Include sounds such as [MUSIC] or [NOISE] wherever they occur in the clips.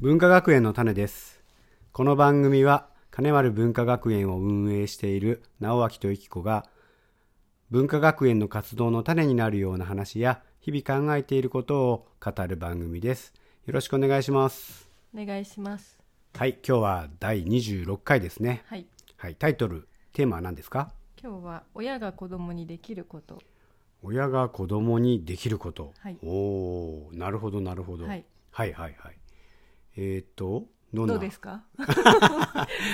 文化学園の種ですこの番組は金丸文化学園を運営している直脇とゆき子が文化学園の活動の種になるような話や日々考えていることを語る番組ですよろしくお願いしますお願いしますはい今日は第26回ですねはいはいタイトルテーマは何ですか今日は親が子供にできること親が子供にできること、はいおーなるほどなるほど、はいはいはいはいえーっとどんなどうで [LAUGHS] すか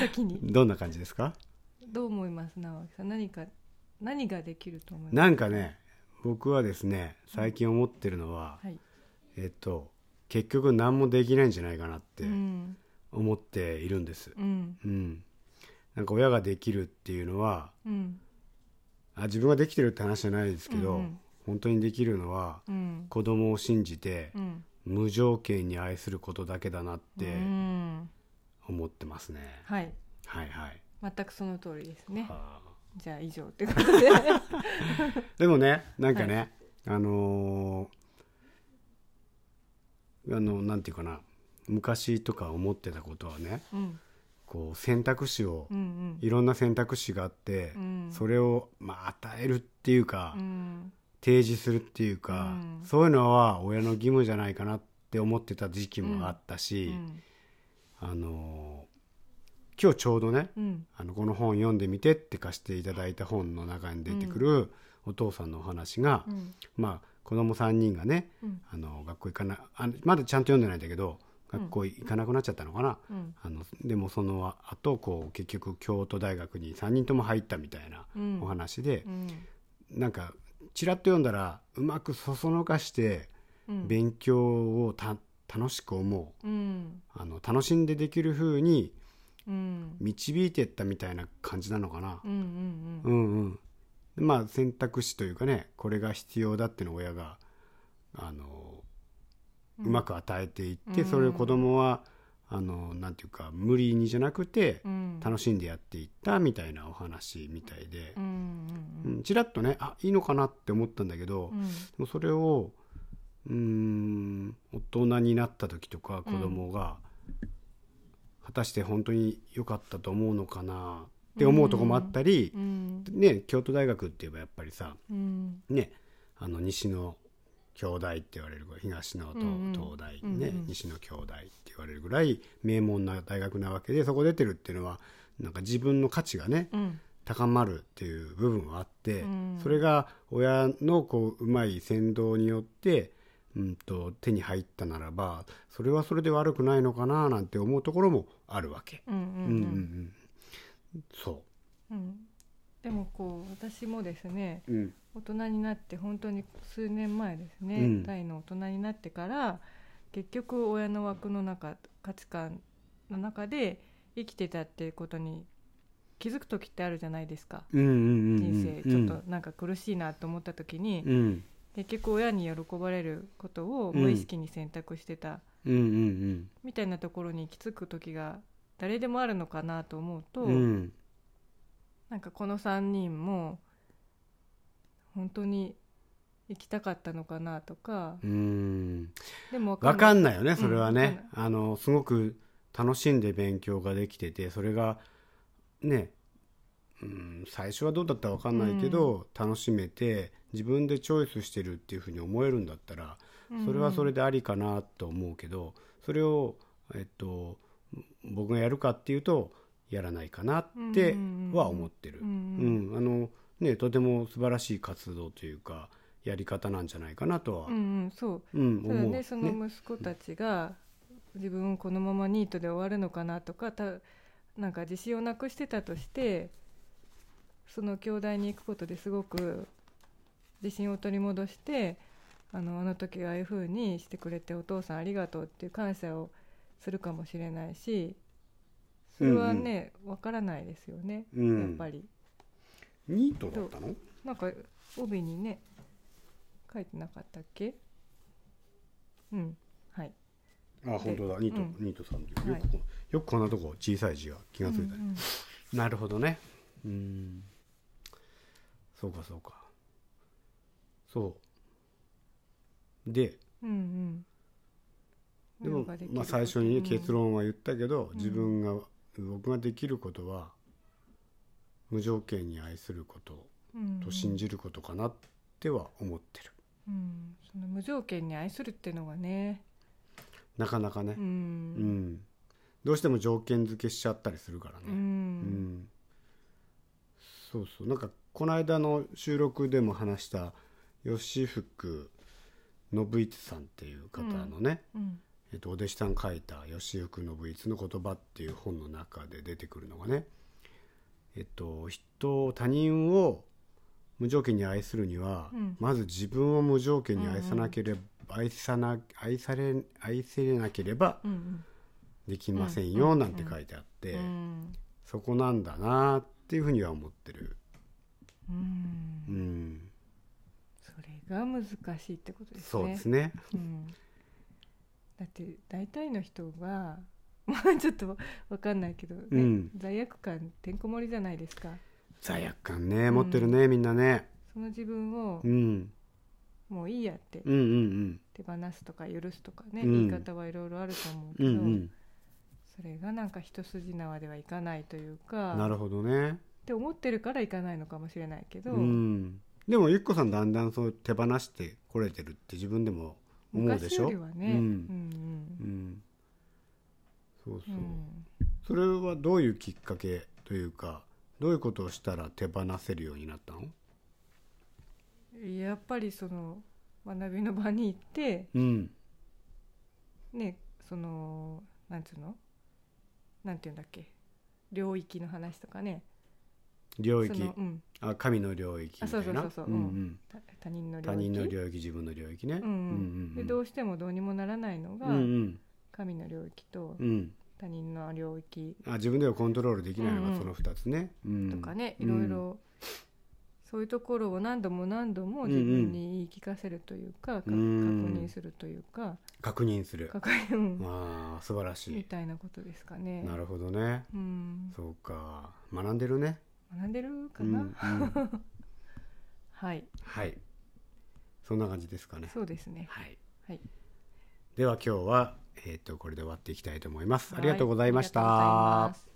先にどんな感じですかどう思います直樹さん何か何ができると思いますなんかね僕はですね最近思ってるのは、はい、えーっと結局何もできないんじゃないかなってうん思っているんですうんうん、なんか親ができるっていうのはうんあ自分ができてるって話じゃないですけど、うんうん本当にできるのはうん子供を信じてうん無条件に愛することだけだなっうてん思ってますね、はいはいはい全くその通りですねあじゃあ以上ってこと [LAUGHS] でーでもねなんかね、あのーあのなんていうかな昔とか思ってたことはねうんこう選択肢を、うんいろんな選択肢があって、うんそれを、まあ、与えるっていうか、うんうん提示するっていうか、うんそういうのは親の義務じゃないかなって思ってた時期もあったうし、んあのー今日ちょうどねうんあのこの本読んでみてって貸していただいた本の中に出てくるお父さんのお話が、うんまあ子供3人がねうんあの学校行かなあまだちゃんと読んでないんだけど学校行かなくなっちゃったのかな、うんあのでもその後こう結局京都大学に3人とも入ったみたいなうんお話でう、んなんかちらっと読んだらうまくそそのかしてうん勉強をた楽しく思ううんあの楽しんでできる風にうん導いてったみたいな感じなのかなうんううんんうんでまあ選択肢というかねこれが必要だっていうのを親があのううんまく与えていって、うんそれを子供はあのなんていうか無理にじゃなくてうん楽しんでやっていったみたいなお話みたいでうう、んん、ちらっとねあいいのかなって思ったんだけど、うんうんでもそれをうーん大人になった時とか子供が、果たして本当に良かったと思うのかなって思うとこもあったりう、んね、京都大学って言えばやっぱりさ、うんね、あの西の京大って言われるぐらい東の東,、うんうん東大、ねうんうん西の京大って言われるぐらい名門な大学なわけでそこ出てるっていうのはなんか自分の価値がねうん高まるっていう部分はあって、うんそれが親のこううまい先導によって、うん、と手に入ったならばそれはそれで悪くないのかななんて思うところもあるわけ。うんううんうんんうんそうんうんでもこう私もですねう、うん大人になって本当に数年前ですね、うん大の大人になってから結局親の枠の中価値観の中で生きてたっていうことに気づく時ってあるじゃないですかうんうんうんうん、人生ちょっとなんか苦しいなと思った時にうんうん結局親に喜ばれることを無意識に選択してたうんうんみたいなところに行き着く時が誰でもあるのかなと思うと、うんうんなんかこの3人も本当に行きたかったのかなとかうんでもわかんないよねそれはうんわねかん、あのすごく楽しんで勉強ができててそれがね、うん、最初はどうだったかわかんないけど、楽しめて自分でチョイスしてるっていうふうに思えるんだったらそれはそれで、でありかなと思うけどそれを、えっと、僕がやるかっていうとやらないかなっては思ってるう。んうん、あのねとても素晴らしい活動というかやり方なんじゃないかなとは、うんううんんそうただ思う、ねその息子たちが自分このままニートで終わるのかなとかたなんか自信をなくしてたとしてその京大に行くことですごく自信を取り戻してあのあの時ああいうふうにしてくれてお父さんありがとうっていう感謝をするかもしれないしそれはね、わからないですよね、うんやっぱりニートだったのなんか帯にね書いてなかったっけうんはいあ本当だニート、うんニートさんよく,、はいよくこんなとこ小さい字が気がついたね、うんうんなるほどねうんそうかそうかそうでうんうんでもことができるまあ、最初に結論は言ったけど、自分が僕ができることは無条件に愛することと信じ、じることかなっては思ってる、うん、その無条件に愛するっていうのがね、なかなかねう、うんんどうしても条件付けしちゃったりするからね、うんうんそうそうなんかこの間の収録でも話した吉福信一さんっていう方のね、うんえっと、お弟子さんが書いた「吉福信一の言葉」っていう本の中で出てくるのがね、えっと、人を他人を無条件に愛するには、うんまず自分を無条件に愛さなければ、愛さな愛され愛せれなければうんできませんよ、うんなんて書いてあって、うんそこなんだなっていうふうには思ってる。うんうん、それが難しいってことですね。そうですね。うん、だって大体の人が [LAUGHS] まあちょっとわかんないけど、ねうん罪悪感てんこ盛りじゃないですか罪悪感ね、持ってるね、みんなね。その自分をうん、もういいやってうん、うん、手放すとか許すとかね、うん言い方はいろいろあると思うけうん、うど、ん、うん。それがなんか一筋縄ではいかないというかなるほどね。って思ってるからいかないのかもしれないけど、うん、でもゆっこさんだんだんそう手放してこれてるって自分でも思うで昔しよょりはね、ううんうんんそううそう、んそれはどういうきっかけというかどういうことをしたら手放せるようになったのうんやっぱりその学びの場に行ってうんねそのなんつうのなんていうんだっけ領域の話とかね領域その、うん、あ神の領域みたいなあそうそうそうそううんうんた他人の領域他人の領域自分の領域ね、うんうんでどううしてもどうにもならないのが、んうん神の領域とうん他人の領域あ自分ではコントロールできないのうんうがんその2つね、うんとかね、うんいろいろそういうところを何度も何度も自分に言い聞かせるというか,か、うん確認するというか確認する確認あー素晴らしみいたいなことですかね。なるほどねうん、そうか学んでるね学んでるかな、うんうん [LAUGHS] はいはいそんな感じですかねそうですね。はいはいでは今日はえっ、とこれで終わっていきたいと思いますありがとうごはざいました、ありがとうございます